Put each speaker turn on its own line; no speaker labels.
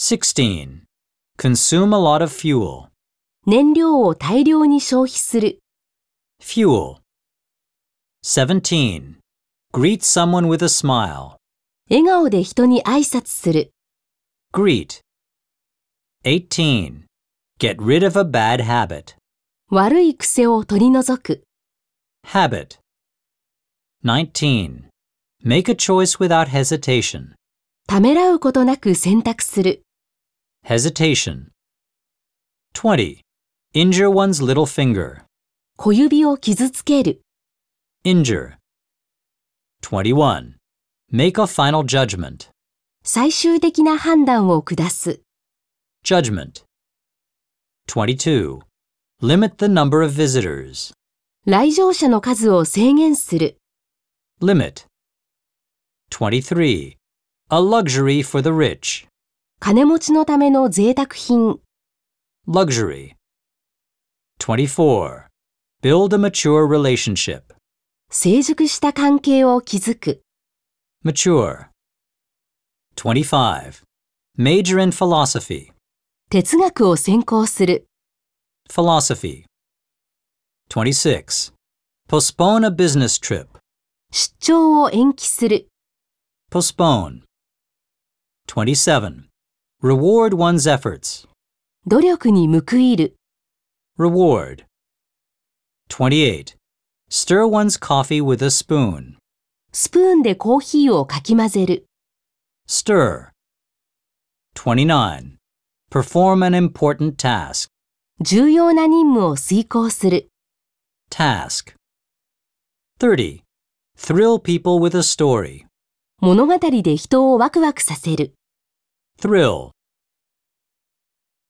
16. Consume a lot of fuel.
燃料を大量に消費する。
Fuel. 17. Greet someone with a smile.
笑顔で人に挨拶する。
Greet. 18. Get rid of a bad habit.
悪い癖を取り除く。
Habit. 19. Make a choice without hesitation.
ためらうことなく選択する。
Hesitation. 20. Injure one's little finger.
小指を傷つける。
Injure. 21. Make a final judgment.
最終的な判断を下す。
Judgment. 22. Limit the number of visitors.
来場者の数を制限する。
Limit. 23. A luxury for the rich.
金持ちのための贅沢品。
Luxury. 24. Build a mature relationship.
成熟した関係を築く。
Mature. 25. Major in philosophy.
哲学を専攻する。
Philosophy. 26. Postpone a business trip.
出張を延期する。
Postpone. 27. Reward one's efforts.
努力に報いる。
Reward. 28. Stir one's coffee with a spoon.
スプーンでコーヒーをかき混ぜる。
Stir. 29. Perform an important task.
重要な任務を遂行する。
Task. 30. Thrill people with a story.
物語で人をワクワクさせる。
Thrill.